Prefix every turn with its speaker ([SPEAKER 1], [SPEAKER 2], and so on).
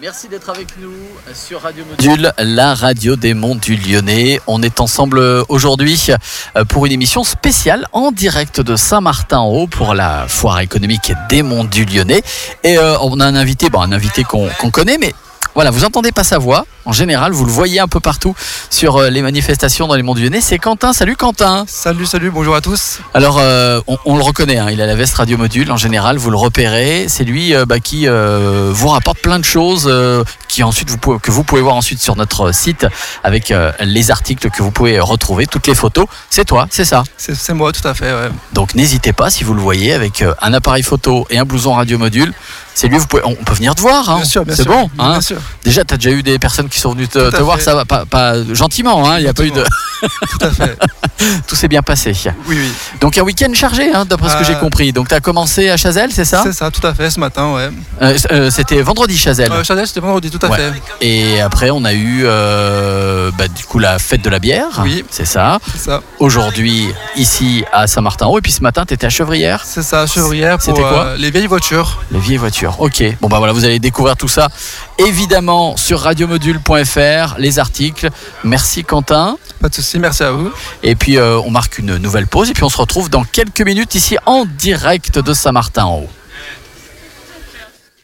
[SPEAKER 1] Merci d'être avec nous sur Radio Module, la radio des monts du Lyonnais. On est ensemble aujourd'hui euh, pour une émission spéciale en direct de Saint-Martin-en-Haut pour la foire économique des monts du Lyonnais. Et euh, on a un invité, bon, un invité qu'on qu'on connaît, mais voilà, vous entendez pas sa voix. En général, vous le voyez un peu partout sur euh, les manifestations dans les monts du Lyonnais. C'est Quentin. Salut Quentin.
[SPEAKER 2] Salut, salut, bonjour à tous.
[SPEAKER 1] Alors, euh, on, on le reconnaît, hein, il a la veste radio module. En général, vous le repérez. C'est lui euh, bah, qui euh, vous rapporte plein de choses euh, qui ensuite vous pouvez, que vous pouvez voir ensuite sur notre site avec euh, les articles que vous pouvez retrouver, toutes les photos. C'est toi, c'est ça.
[SPEAKER 2] C'est c'est moi, tout à fait. ouais.
[SPEAKER 1] Donc n'hésitez pas si vous le voyez avec euh, un appareil photo et un blouson radio module. C'est lui, vous pouvez, on peut venir te voir. hein.
[SPEAKER 2] Bien sûr, bien
[SPEAKER 1] c'est
[SPEAKER 2] sûr.
[SPEAKER 1] bon. hein.
[SPEAKER 2] Bien sûr,
[SPEAKER 1] Déjà, tu as déjà eu des personnes qui sont venues te,
[SPEAKER 2] à
[SPEAKER 1] te
[SPEAKER 2] fait.
[SPEAKER 1] voir, ça va pas, pas- gentiment. hein, Il n'y a pas eu de.
[SPEAKER 2] tout à fait.
[SPEAKER 1] Tout s'est bien passé.
[SPEAKER 2] Oui, oui.
[SPEAKER 1] Donc un week-end chargé, hein, d'après ce que
[SPEAKER 2] Euh,
[SPEAKER 1] j'ai compris. Donc tu as commencé à Chazelle, c'est ça
[SPEAKER 2] C'est ça, tout à fait, ce matin, ouais.
[SPEAKER 1] Euh, c- euh, C'était vendredi Chazelle.
[SPEAKER 2] Euh, Chanel, c'était vendredi, tout à
[SPEAKER 1] Ouais.
[SPEAKER 2] fait.
[SPEAKER 1] Et après, on a eu euh, bah, du coup la fête de la bière.
[SPEAKER 2] Oui.
[SPEAKER 1] C'est ça.
[SPEAKER 2] C'est ça,
[SPEAKER 1] Aujourd'hui, ici à Saint-Martin-en-Haut. Et puis ce matin, tu étais à Chevrières.
[SPEAKER 2] c'est ça, chevrière pour
[SPEAKER 1] C'était quoi
[SPEAKER 2] euh, les vieilles voitures.
[SPEAKER 1] Les vieilles voitures. Ok. Bon bah voilà, vous allez découvrir tout ça évidemment sur radiomodule.fr, les articles. Merci Quentin.
[SPEAKER 2] Pas de souci, merci à vous.
[SPEAKER 1] Et puis euh, on marque une nouvelle pause et puis on se retrouve dans quelques minutes ici en direct de Saint-Martin-en-Haut.